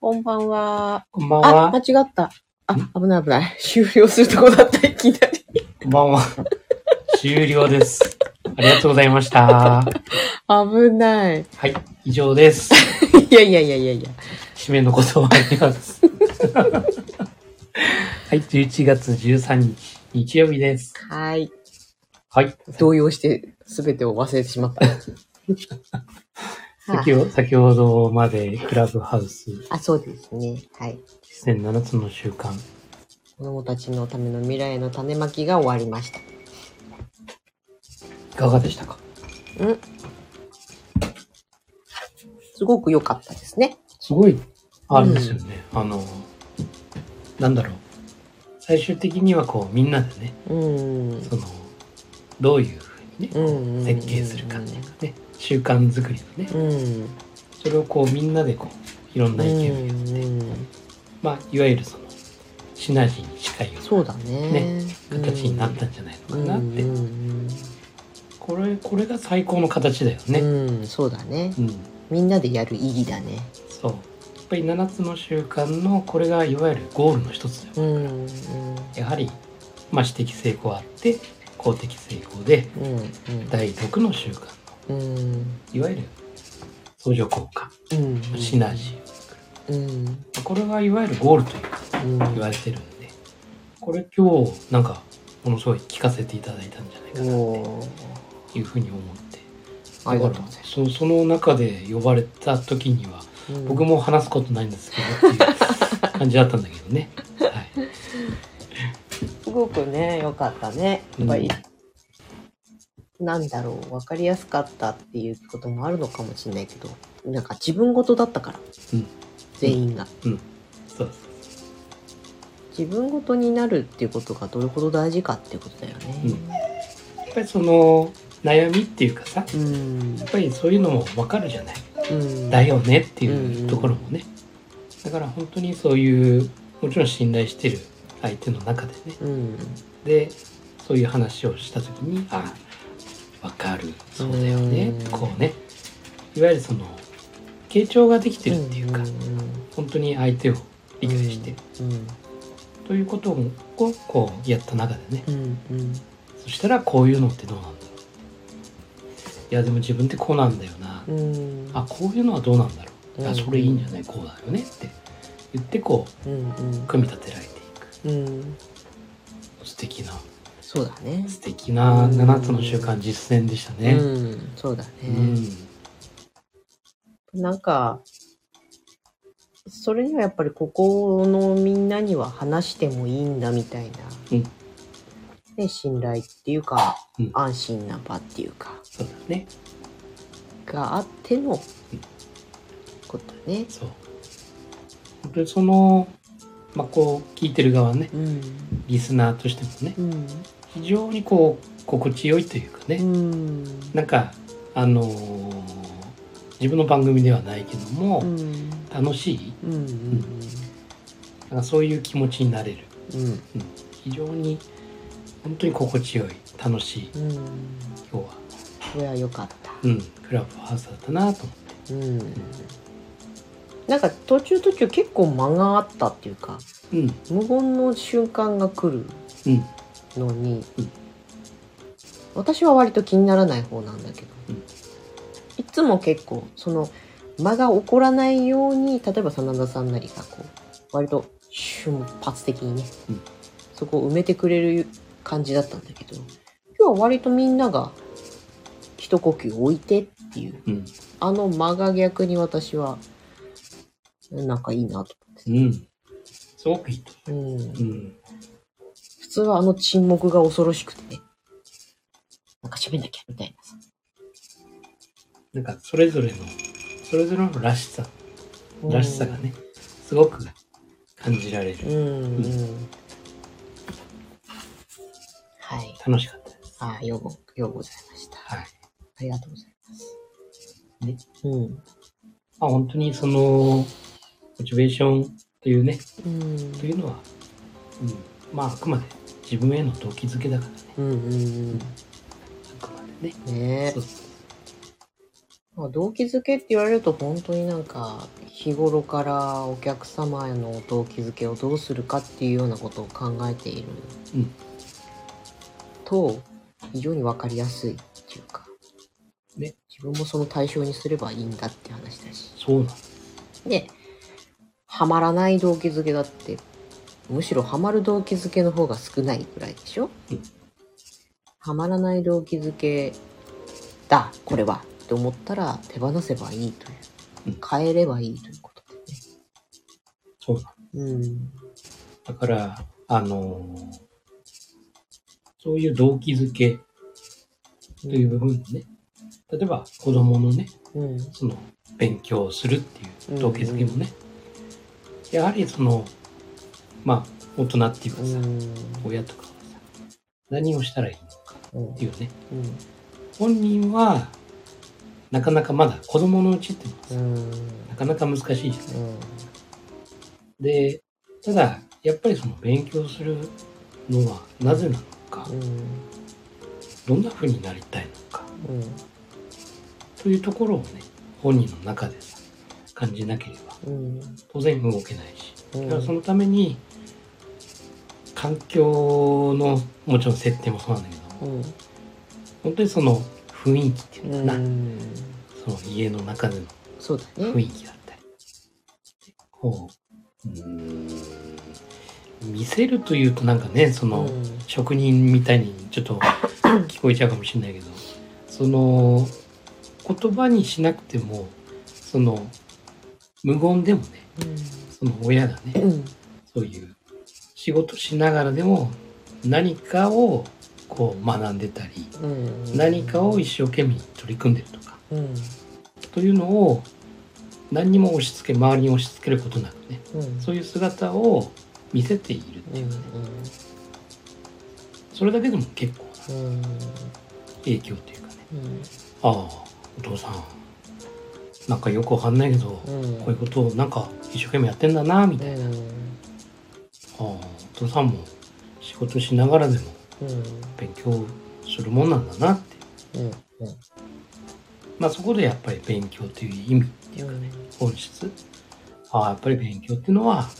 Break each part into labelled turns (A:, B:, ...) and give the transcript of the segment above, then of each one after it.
A: こんばんは。
B: こんばん
A: あ、
B: は。
A: 間違った。あ、危ない危ない。終了するとこだった、いきなり。
B: こんばんは。終了です。ありがとうございました。は
A: 危ない。い
B: い、以上です。
A: や いやいやいやいや。
B: 締めの言葉あります。 はい、11月13日、日曜日です。
A: はい。
B: はい、
A: 動揺して、すべてを忘れてしま った。
B: 先ほ先ほどまでクラブハウス、
A: あ、そうですね。はい。
B: 実践7つの習慣。
A: 子供たちのための未来への種まきが終わりました。
B: いかがでしたか
A: すごく良かったですね。
B: すごい、あれですよね。あの、なんだろう。最終的にはこう、みんなでね、
A: うん。うん
B: その、どういうふうにね、
A: うんうん。
B: 設計するかっていうかね習慣作りのね
A: うん。
B: それをこうみんなでこういろんな意見を、
A: うん。
B: まあいわゆるそのシナジーに近いよ
A: そうだね。
B: うな形になった
A: ん
B: んじゃないのかなって、
A: うんうん
B: これこれが最高の形だよ
A: うん
B: ね、
A: うん、そうだね。
B: うん
A: みんなでやる意義だね。
B: そうやっぱり7つの習慣のこれがいわゆるゴールの一つだよ、
A: うん。
B: やはり、まあ、私的成功あって公的成功で
A: うん。
B: 第6の習慣の
A: うん。うん。
B: いわゆる相乗効果
A: うん。
B: シナジーを作る、
A: うん。
B: これがいわゆるゴールというか
A: うん。
B: 言われてるんでこれ今日なんかものすごい聞かせていただいたんじゃないかなっ
A: おー
B: ていうふうに思って
A: ありがとうござい
B: そその中で呼ばれた時には
A: ます。
B: 僕も話すことないんですけどっていう感じだったんだけどね、はい、
A: すごくね、良かったね。やっぱり、なんだろう、分かりやすかったっていうこともあるのかもしれないけど、なんか自分事だったから、
B: うん
A: 全員が。
B: そうです
A: 自分事になるっていうことがどれほど大事かっていうことだよね。
B: やっぱりその悩みっていうかさや
A: うん。
B: っぱりそういうのも分かるじゃない
A: うん。
B: だよねっていうところもねだから本当にそういうもちろん信頼してる相手の中でね
A: うん。
B: でそういう話をした時に「あわかるそうだよね
A: うん」
B: こうねいわゆるその傾聴ができてるっていうか、
A: ん
B: 本当に相手を理解して、。
A: うん。
B: ということをこうこうやった中でね
A: うん。うん。
B: そしたらこういうのってどうなんだろういやでも自分ってこうなんだよな、
A: うん。
B: あこういうのはどうなんだろう、
A: う
B: あ
A: ん
B: それいいんじゃないこうだよねって言ってこ
A: うん。
B: う組み立てられていく
A: うん。
B: 素敵な
A: そうだね。
B: 素敵な
A: うん
B: 7つの習慣実践でしたね。
A: うん。そうだね。
B: うん
A: なんか、それにはやっぱりここのみんなには話してもいいんだみたいな、
B: うん
A: ね、信頼っていうか、
B: うん
A: 安心な場っていうか、
B: そうだね。
A: があってのことね。
B: そう。本当にその、まあ、こう、聞いてる側ね、
A: うん。
B: リスナーとしてもね、
A: うん。
B: 非常にこう、心地よいというかね、
A: うん。
B: なんか、あのー自分の番組ではないけども、
A: うん。
B: 楽しい、
A: うん。うん。
B: なんかそういう気持ちになれる。
A: うん。
B: 非常に、本当に心地よい、楽しい、
A: うん。
B: 今日は、
A: これは良かった。
B: うん、クラブハウスだったなと思って。
A: うん。なんか途中途中結構間があったっていうか、
B: うん、
A: 無言の瞬間が来る。
B: うん、
A: のに、
B: うん
A: 私は割と気にならない方なんだけど、
B: うん
A: いつも結構その間が起こらないように例えば真田さんなりがこう割と瞬発的にね、
B: うん
A: そこを埋めてくれる感じだったんだけど今日は割とみんなが一呼吸置いてっていう
B: うん、
A: あの間が逆に私はなんかいいなと
B: うん。すごくいいと
A: 思って、うん
B: 思う。うん。
A: 普通はあの沈黙が恐ろしくてね、なんか喋んなきゃみたいなさ。
B: なんかそれぞれのそれぞれのらしさらしさがねすごく感じられ
A: う
B: る
A: ん。うん、うん。はい。
B: 楽しかったです
A: ああ、ようご、ようございました。
B: はい
A: ありがとうございます。
B: ね
A: うん。
B: まあ本当にそのモチベーションというね
A: うん。
B: というのは、うん、まああくまで自分への動機づけだからね
A: うんうん
B: あくまでね
A: うん。ねえ
B: そう
A: まあ、動機づけって言われると本当になんか日頃からお客様への動機づけをどうするかっていうようなことを考えている
B: うん
A: と非常に分かりやすいっていうか、
B: ね、
A: 自分もその対象にすればいいんだって話だし
B: そうなんです
A: でハマらない動機づけだってむしろハマる動機づけの方が少ないぐらいでしょ、
B: うん
A: ハマらない動機づけだこれはと思ったら手放せばいいという、
B: うん
A: 変えればいいということ
B: そうなん
A: でねうん
B: だからあのーそういう動機づけという部分でね例えば子供のね
A: うん
B: その勉強をするっていう動機づけもね、やはりそのまあ大人っていうか
A: う
B: さ、
A: ん
B: 親とかはさ何をしたらいいのか
A: うん
B: っていうね
A: うん
B: 本人はなかなかまだ子供のうちっていうのは
A: う
B: さ
A: ん
B: なかなか難しいじゃ
A: うん
B: んでただやっぱりその勉強するのはなぜなのか、
A: う
B: どんな風になりたいのか
A: ん
B: というところをね本人の中でさ感じなければ
A: うん
B: 当然動けないし
A: うん
B: だからそのために環境のもちろん設定もそうなんだけど
A: うん
B: 本当にその雰囲気っていう
A: う
B: のかな、
A: ん
B: その家の中での
A: そうだ
B: 雰
A: ね
B: 囲気だったりこううーん見せるというとなんかねその、
A: うん
B: 職人みたいにちょ っと聞こえちゃうかもしれないけどその言葉にしなくてもその無言でもねその親がね
A: うん
B: そういう仕事しながらでも何かをこう学んでたり
A: うん
B: 何かを一生懸命取り組んでるとか
A: うん
B: というのを何にも押し付け周りに押し付けることなくね
A: うん
B: そういう姿を見せているっていうかねそれだけでも結構な
A: うん
B: 影響というかね
A: うん
B: ああお父さんなんかよくわかんないけど、こ
A: うん
B: ういうことをなんか一生懸命やってんだなみたいな、あ
A: うん
B: あお父さんも仕事しながらでも
A: うん
B: 勉強するもんなんだなって
A: うん
B: まあそこでやっぱり勉強という意味本質ああやっぱり勉強っていうのは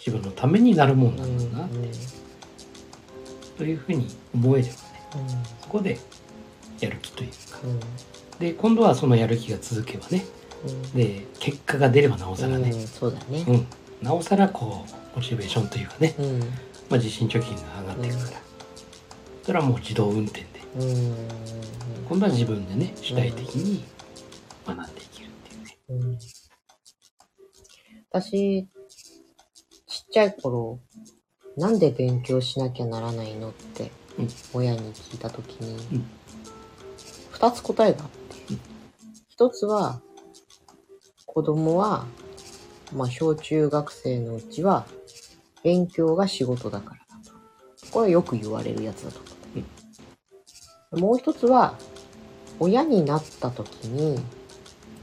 B: 自分のためになるもんなんだな、というふうに思えればねそこでやる気というかで今度はそのやる気が続けばねで結果が出ればなおさらね、
A: そうだね
B: うん、なおさらこうモチベーションというかね、
A: うん
B: まあ、自信貯金が上がっていくから、それはもう自動運転で
A: うん
B: 今度は自分でね主体的に学んでいけるっていうね。
A: 私ちっちゃい頃なんで勉強しなきゃならないのって
B: うん
A: 親に聞いた時に
B: うん
A: 2つ答えがあって
B: うん
A: 1つは子供はまあ小中学生のうちは勉強が仕事だからだとこれはよく言われるやつだと思うもう一つは親になった時に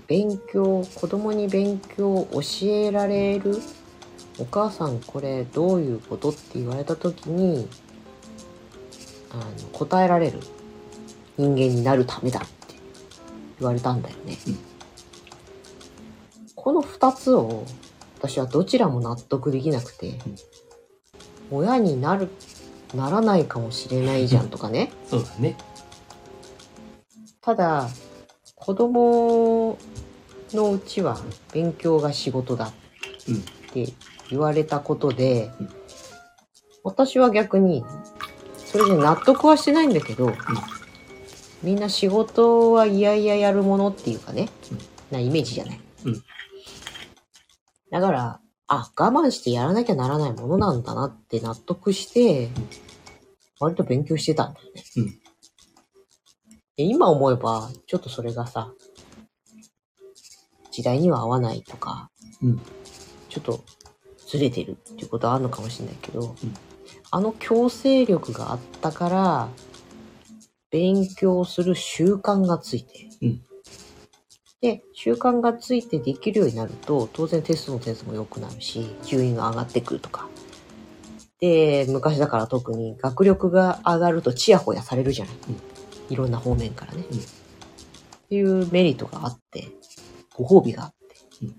A: 勉強子供に勉強を教えられるお母さんこれどういうことって言われた時にあの答えられる人間になるためだって言われたんだよね、
B: うん
A: この2つを私はどちらも納得できなくて、親になるならないかもしれないじゃんとかね
B: そうだね。
A: ただ子供のうちは勉強が仕事だ
B: うん
A: って言われたことで、
B: うん
A: 私は逆にそれで納得はしてないんだけど、みんな仕事はいやいややるものっていうかね、
B: うん
A: なイメージじゃない、
B: うん
A: だからあ我慢してやらなきゃならないものなんだなって納得して、割と勉強してたんだよね、
B: うん
A: で今思えばちょっとそれがさ時代には合わないとか、
B: うん
A: ちょっとずれてるっていうことはあるのかもしれないけど、
B: うん
A: あの強制力があったから勉強する習慣がついて、
B: うん
A: で習慣がついてできるようになると当然テストの点数も良くなるし順位が上がってくるとかで昔だから特に学力が上がるとチヤホヤされるじゃない、
B: うん
A: いろんな方面からね、
B: う
A: っ
B: ん
A: ていうメリットがあって、ご褒美があって
B: うん。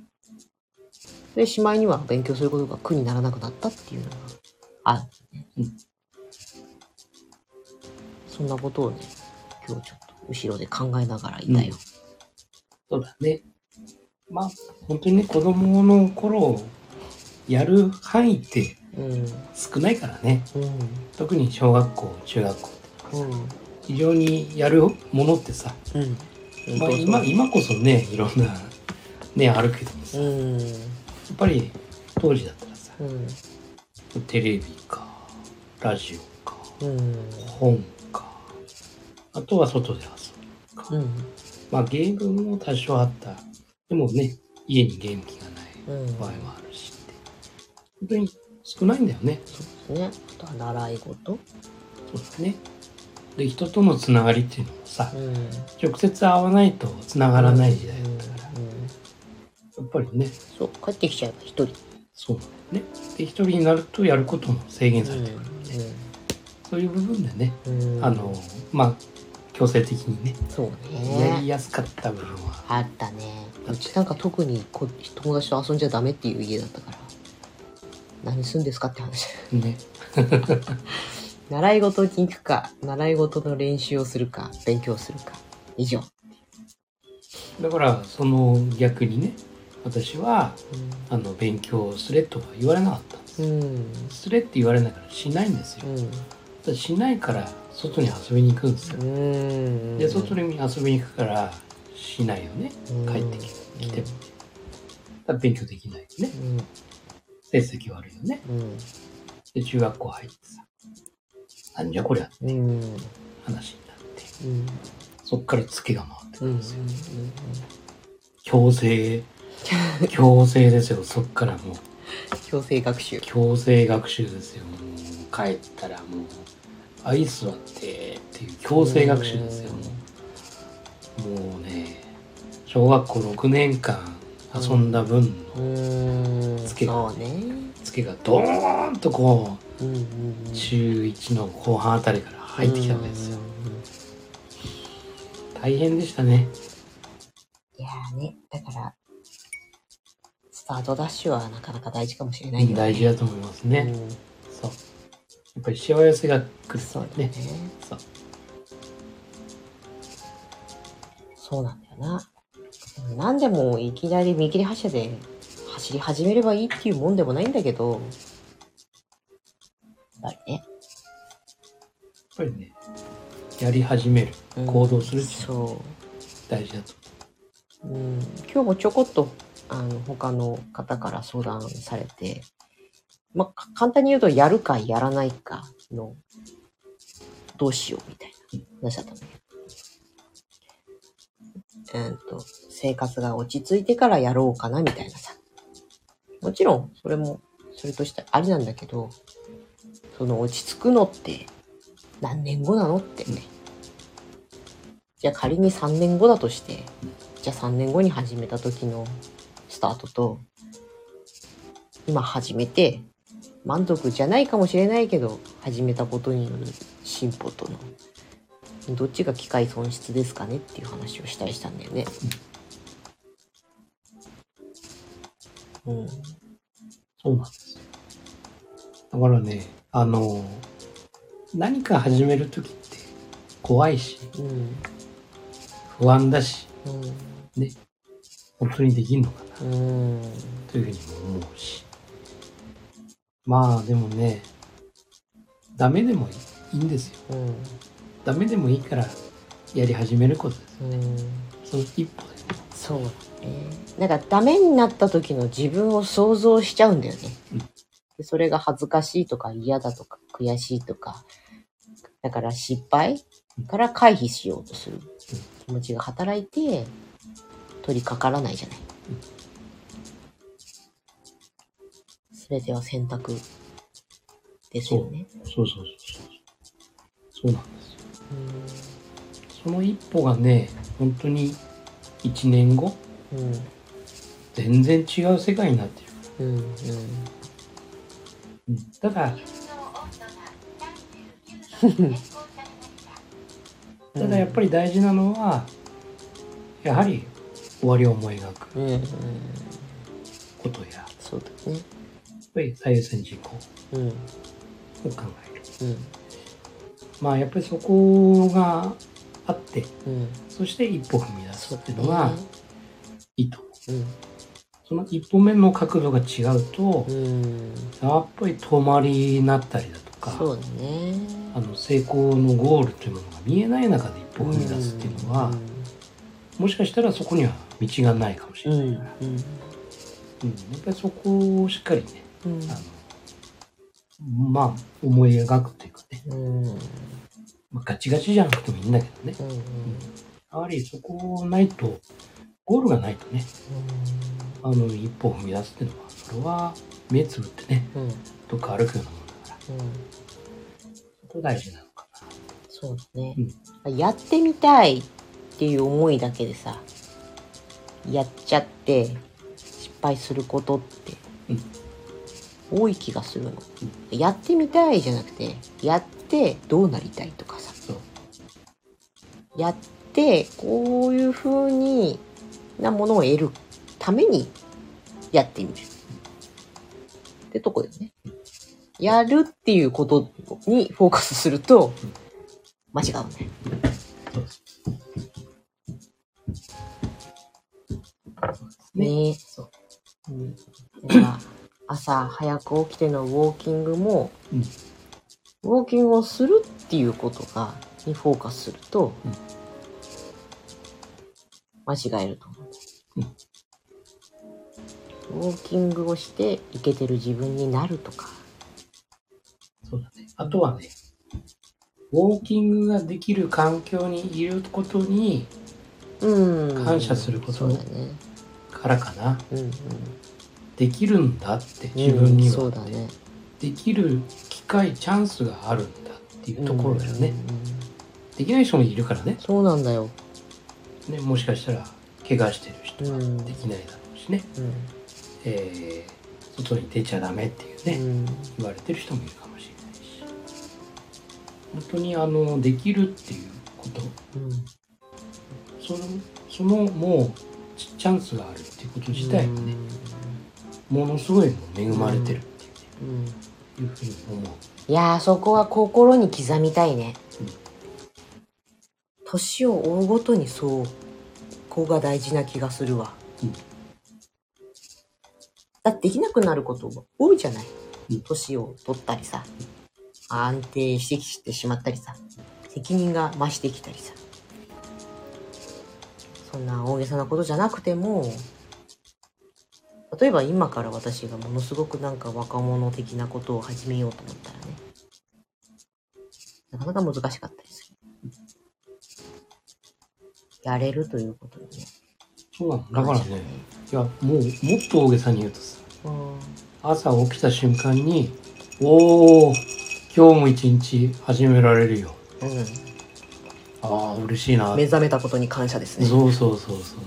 A: で、しまいには勉強することが苦にならなくなったっていうのがある、ね
B: うん
A: そんなことをね、今日ちょっと後ろで考えながらいたよ。
B: そうだね。まあ、本当にね、子供の頃、やる範囲って
A: うん。うん。
B: 少ないからね。
A: うん。
B: 特に小学校、中学校。
A: うん。
B: 非常にやるものってさ、
A: うん。
B: まあ、今今こそね、いろんな、ね、あるけどもさ、
A: う
B: や
A: ん。
B: っぱり当時だったらさ、
A: うん。
B: テレビか、ラジオか、
A: うん。
B: 本か、あとは外で遊ぶか。
A: うん。
B: まあ、ゲームも多少あった。でもね、家にゲーム機がない。
A: うん。
B: 場合もあるしって本当に少ないんだよね
A: ね。あとは習い事。
B: そうだねで人とのつながりっていうのもさ
A: うん。
B: 直接会わないとつながらない時代だったから、
A: うん。うん
B: やっぱりね
A: そう、帰ってきちゃえば一人。
B: そうなんだよねで一人になるとやることも制限されてくる、そういう部分でね、
A: うんうん
B: あのまあ強制的にね
A: そう
B: やり
A: ね。
B: やすかった部分は
A: あったね。うちなんか特にこ友達と遊んじゃダメっていう家だったから。何すんですかって話。
B: ね
A: 習い事に行くか、習い事の練習をするか、勉強するか。以上。
B: だからその逆にね私はあの勉強すれとは言われなかったんです、
A: うん。うん。
B: すれって言われないからしないんですよただしないから外に遊びに行くんですよ、
A: うん。
B: で外に遊びに行くからしないよね帰ってきて,、もねだから勉強できないよね
A: うん。
B: 成績悪いよね
A: うん。
B: で中学校入ってさなんじゃこりゃ
A: うん。うん。
B: 話になって
A: うん。
B: そっからツケが回ってく
A: う
B: るん
A: ん
B: ですよ、強制 強制ですよそっからもう
A: 強制学習。
B: 強制学習ですよもう帰ったらもうアイス割ってっていう強制学習ですよもうもうね小学校6年間遊んだ分
A: う
B: の
A: ん。
B: つけ
A: そうね。
B: つけがドーンとこ
A: うんうんう。
B: うん中1の後半あたりから入ってきたわけです
A: う
B: よ
A: んうんうん
B: 大変でしたね
A: いやーね、だから、スタートダッシュはなかなか大事かもしれないよね。
B: 大事だと思います
A: う
B: ね
A: ん
B: そうやっぱりしわ寄せが来
A: そうだ
B: る
A: ね
B: ね。そう
A: そうなんだよな。何でもいきなり見切り発車で走り始めればいいっていうもんでもないんだけど、やっぱりね。
B: やっぱりねやり始める
A: うん
B: 行動するっていうのは
A: そ
B: 大事だと
A: う。うん、今日もちょこっと、あの、他の方から相談されて、まあ、か簡単に言うと、やるかやらないかの、どうしようみたいな話だったんだけど。うんと、生活が落ち着いてからやろうかなみたいなさ。もちろん、それも、それとしてありなんだけど、その落ち着くのって何年後なのって、
B: うん
A: じゃあ仮に3年後だとして、じゃあ3年後に始めた時のスタートと、今始めて、満足じゃないかもしれないけど、始めたことによる進歩との、どっちが機械損失ですかねっていう話をしたりしたんだよね。うん。
B: そうなんですよ。だからね、あの、何か始めるときって怖いし、
A: うん。
B: 不安だし、
A: うん。
B: 本当にできんのかな
A: うん。
B: というふうにも思うし。まあでもね、ダメでもいいんです
A: う
B: よ。
A: ん。
B: ダメでもいいからやり始めることです。
A: うん。
B: その一歩でも。
A: そうだね。なんかダメになった時の自分を想像しちゃうんだよね
B: うん。
A: でそれが恥ずかしいとか嫌だとか悔しいとか。だから失敗から回避しようとする気持ちが働いて取りかからないじゃない。すべては選択ですよね。
B: そうそうそうそう。そうなんですよ。その一歩がね、本当に1年後、
A: うん。うん。
B: 全然違う世界になってる。
A: うん。うん。
B: うんただ、ただやっぱり大事なのは、やはり終わりを思い描く
A: うんうん、
B: ことややっ
A: そうだね。
B: ぱり最優先事項
A: うん、うん、
B: を考えるまあやっぱりそこがあって
A: うん、
B: そして一歩踏み出す
A: そ
B: っ
A: う
B: て
A: だ
B: いう
A: ね
B: のがいいと思う
A: うん、
B: その一歩目の角度が違うと
A: うん、
B: やっぱり遠回りになったりだとか
A: そうだね。
B: あの成功のゴールというものが見えない中で一歩踏み出すっていうのは、もしかしたらそこには道がないかもし
A: う
B: れ
A: ん、
B: な
A: う
B: い
A: ん、
B: から、うんやっぱりそこをしっかりね
A: うん、
B: あのまあ思い描くというかね、
A: うん、うん、
B: まあ、ガチガチじゃなくてもいいんだけどね
A: うん、
B: やはりそこないとゴールがないとねあの一歩踏み出すっていうのはそれは目つぶってね
A: うん、
B: どっか歩くようなものだから
A: うん、
B: そこ大事なのかな
A: そうだね。やってみたいっていう思いだけでさ、やっちゃって失敗することって多い気がするの。やってみたいじゃなくて、やってどうなりたいとかさ。
B: そう
A: やってこういう風になものを得るためにやってみるってとこだよね。やるっていうことにフォーカスすると間違うね。
B: そうですね
A: ね
B: そう
A: うんだから朝早く起きてのウォーキングも、
B: うん
A: ウォーキングをするっていうことがにフォーカスすると、
B: うん
A: 間違えると思う、ウォーキングをしてイケてる自分になるとか
B: そうだね。あとはね、ウォーキングができる環境にいることに
A: うん
B: 感謝すること
A: そうだね
B: からかな。
A: うんうん
B: できるんだって、自分に
A: うん
B: は、
A: そうだね
B: できる機会、チャンスがあるんだっていうところだよね。
A: うんうんうん
B: できない人もいるからね
A: そうなんだよ
B: ね。もしかしたら、怪我してる人は
A: うん
B: できないだろうしね。
A: うん
B: えー外に出ちゃダメっていうね、
A: うん
B: 言われてる人もいるかもしれないし。本当に、あの、できるっていうこと。
A: うん
B: そのそのもうチチャンスがあるっていうこと自体にね、ものすごいもう恵まれてるっていう,、
A: うんうん
B: ねいうふうに思う
A: いやーそこは心に刻みたいね
B: うん。
A: 年を追うごとにそう、ここが大事な気がするわ。
B: うん
A: だってできなくなることも多いじゃない
B: うん。
A: 年を取ったりさ、安定してきてしまったりさ、責任が増してきたりさ。そんな大げさなことじゃなくても、例えば今から私がものすごくなんか若者的なことを始めようと思ったらね、なかなか難しかったりする。やれるということにね。
B: そうなのだから
A: 感謝
B: ねいやもうもっと大げさに言うとさ
A: うん
B: 朝起きた瞬間に「おお今日も一日始められるよ
A: うん。
B: ああ嬉しいな」
A: 目覚めたことに感謝ですね。
B: そうそうそうそうそう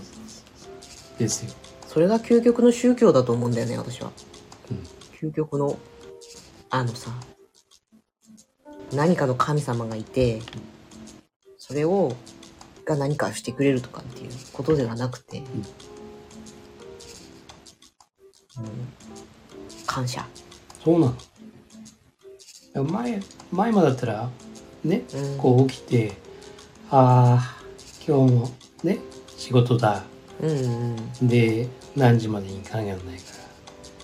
B: ですよ、
A: それが究極の宗教だと思うんだよね、私は。
B: うん、
A: 究極の、あのさ、何かの神様がいて、それを、が何かしてくれるとかっていうことではなくて、うん感謝。
B: そうなのいや前前までだったらね
A: うん
B: こう起きて、ああ、今日もね、仕事だ。
A: うんうん
B: で、何時までに行かなきゃならないか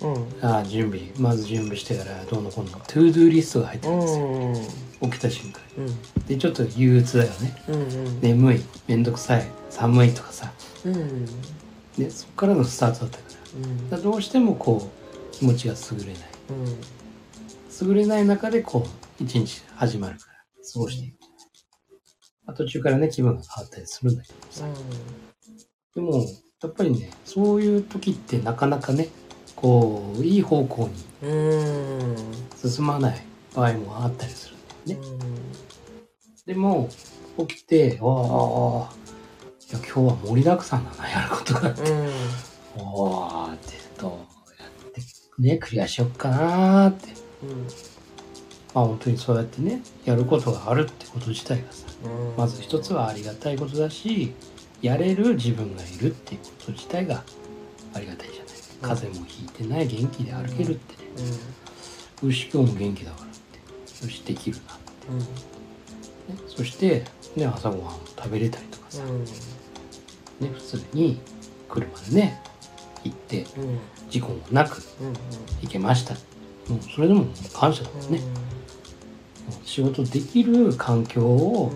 A: うん。
B: ら、ああ、準備、まず準備してから、どうのこうの、トゥードゥーリストが入って
A: う
B: るんです
A: ん
B: よ。
A: うん
B: 起きた瞬間
A: うん
B: に。で、ちょっと憂鬱だよね。
A: うん
B: 眠い、めんどくさい、寒いとかさ。
A: うんうん
B: ね、そこからのスタートだったから。だからどうしてもこう、気持ちが優れない。
A: うん
B: 優れない中で、こう、一日始まるから、過ごしていく。まあ途中からね、気分が変わったりするんだけどさ。でも、やっぱりね、そういう時ってなかなかね、こう、いい方向に
A: うんうん
B: 進まない場合もあったりするんだよね。でも、起きて、ああ、いや今日は盛りだくさんだな、やること
A: う
B: が。
A: ん
B: おーって、どうやって、ね、クリアしよっかなーって。
A: うん
B: まあ本当にそうやってね、やることがあるってこと自体がさ、まず一つはありがたいことだし、やれる自分がいるっていうこと自体がありがたいじゃない風邪もひいてない元気で歩けるってね、牛今日も元気だからってよしできるなって、
A: うん
B: ね、そして、ね、朝ごはんを食べれたりとかさ、ね、普通に車でね行って
A: うんうん
B: 事故もなく
A: うん
B: 行けましたもうそれでももう感謝だもんね、もう仕事できる環境
A: うん
B: を、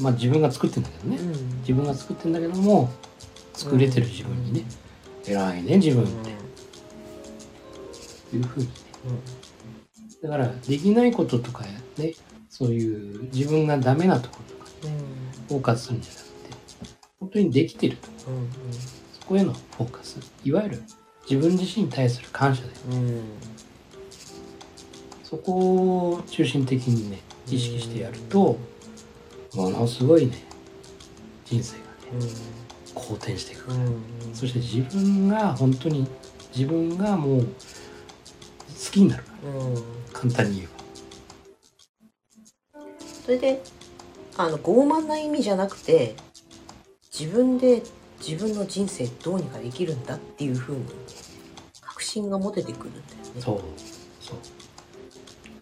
B: まあ、自分が作ってんだけどね、
A: うんうん
B: 自分が作ってんだけども作れてる自分にね、偉いね自
A: う
B: 分
A: ん
B: っていうふうにねだからできないこととかねそういう自分がダメなところとか
A: うん
B: フォーカスするんじゃなくて本当にできてるとこ
A: うん
B: そこへのフォーカスいわゆる自分自身に対する感謝だよ
A: うんうん
B: そこを中心的にね意識してやるとものすごいね人生がね好転していくから
A: うん
B: そして自分が本当に自分がもう好きになるから
A: うん
B: 簡単に言え
A: それであの傲慢な意味じゃなくて自分で自分の人生どうにかできるんだっていう風に確信が持ててくるんだよね
B: ばそうそうそう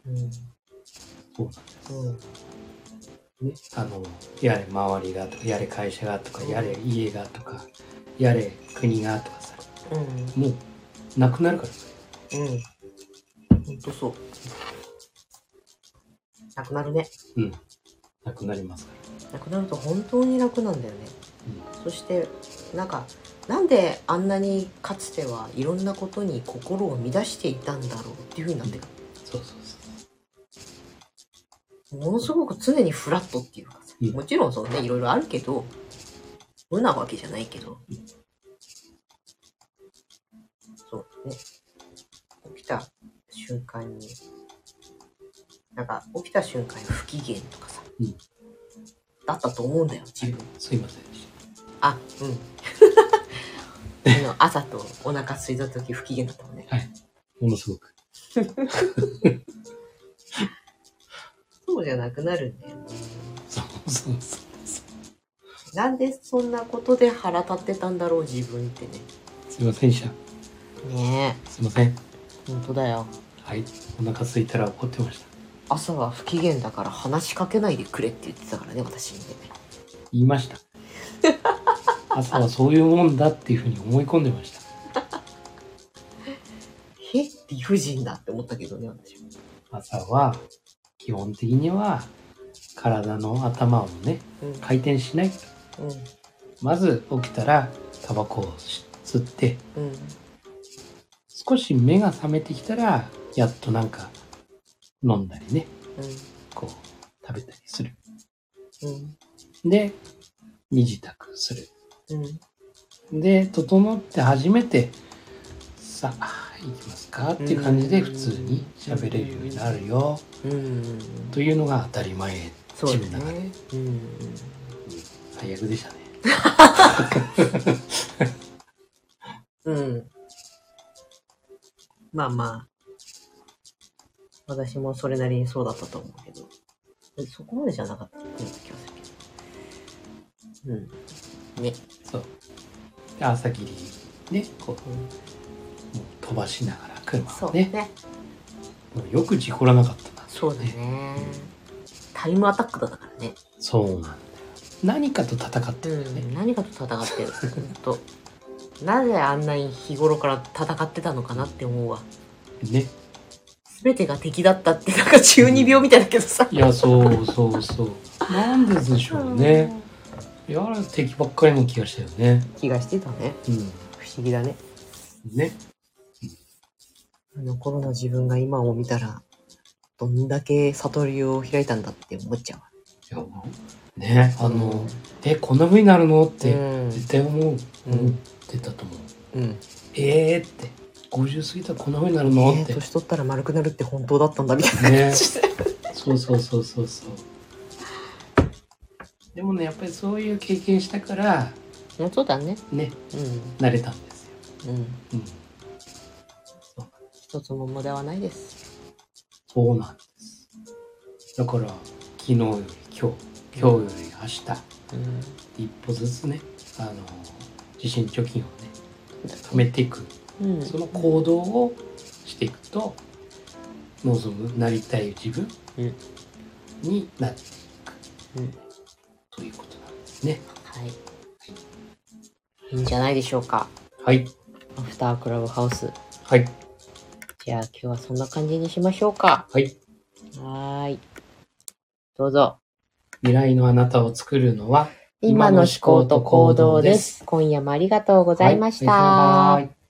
A: うんうん
B: ね、あのやれ周りがとかやれ会社がとかやれ家がとかやれ国がとかさ
A: うん
B: もうなくなるから
A: うん。ほんとそう。なくなるね。
B: うんなくなりますか
A: なくなると本当に楽なんだよね。
B: ら、
A: そして、なんか、なんであんなにかつてはいろんなことに心を乱していたんだろうっていうふうになってく
B: うん、そうそうそ
A: る。ものすごく常にフラットっていうかさ
B: うん
A: もちろんそうね、いろいろあるけど、無なわけじゃないけど。そうね。起きた瞬間に、なんか起きた瞬間に不機嫌とかさ、
B: うん
A: だったと思うんだよ、自
B: う、
A: 分。
B: はい、すいませんでし
A: あ、 うん。あの朝とお腹空いた時不機嫌だったもんね。
B: たはいものすごく
A: そうじゃなくなるんだよね。
B: そうそうそう
A: なんでそんなことで腹立ってたんだろう、自分ってね。
B: すいませんでした
A: ね
B: すいません
A: え、ほんとだよ。
B: はいお腹空いたら怒ってました
A: 朝は不機嫌だから話しかけないでくれって言ってたからね、私にね。
B: 言いました 朝はそういうもんだっていうふうに思い込んでました
A: へ理不尽だって思ったけどね、私は。
B: 朝は基本的には体の頭をね
A: うん。
B: 回転しないまず起きたらタバコを吸って
A: うん。うん。
B: 少し目が覚めてきたらやっとなんか飲んだりねこう食べたりする
A: うん。
B: で身支度する
A: うん。
B: で整って初めてさあ行きますかっていう感じで普通に喋れるようになるよ
A: うん。うん。
B: というのが当たり前
A: そう
B: 自
A: だ
B: 分の中
A: ね。うん。
B: 最悪でしたね
A: うん。まあまあ。私もそれなりにそうだったと思うけど。えそこまでじゃなかったような気がするけど。うん。ね。
B: そうで朝霧ねこう
A: うん
B: もう飛ばしながら車
A: そ
B: を
A: う
B: ね
A: ね。
B: もうよく事故らなかったな
A: そうだね。タイムアタックだったからね。
B: そうなんだよ何かと戦ってるんだよね、
A: うん、何かと戦ってる。ほんと。なぜあんなに日頃から戦ってたのかなって思うわ。
B: ね
A: すべてが敵だったって、なんか中二病みたいだけどさ。
B: いやそうそうそうなんででしょうねいや敵ばっかりの気がしたよね
A: うん。気がしてたね。
B: うん
A: 不思議だね。
B: ね
A: あの頃の自分が今を見たら、どんだけ悟りを開いたんだって思っちゃうわ。
B: いやもうねあの、えこんな風になるのっ
A: う
B: て
A: ん、
B: 絶対思う、
A: うん
B: 思ってたと思う
A: うん。
B: えーって50過ぎたらこんな風になるの
A: ね
B: って
A: 年取ったら丸くなるって本当だったんだみたいな感
B: ね
A: じで。
B: そうそうそうそうそうでもねやっぱりそういう経験したから
A: うんそうだね。
B: ね
A: う
B: 慣れたんですよ、
A: ん。うん。
B: うん、
A: 一つも無駄はないです。
B: そうなんですだから昨日より今日今日より明日
A: うん。
B: 一歩ずつねあの自信貯金をね貯めていく
A: うん
B: その行動をしていくと望むなりたい自分
A: うん
B: になる
A: うん
B: ということなんですね。
A: はいいいんじゃないでしょうか
B: はい
A: アフタークラブハウス
B: はい
A: じゃあ今日はそんな感じにしましょうか
B: はい
A: はーいどうぞ
B: 未来のあなたを作るのは
A: 今の思考と行動です今夜もありがとうございました、
B: はいおやすみなさい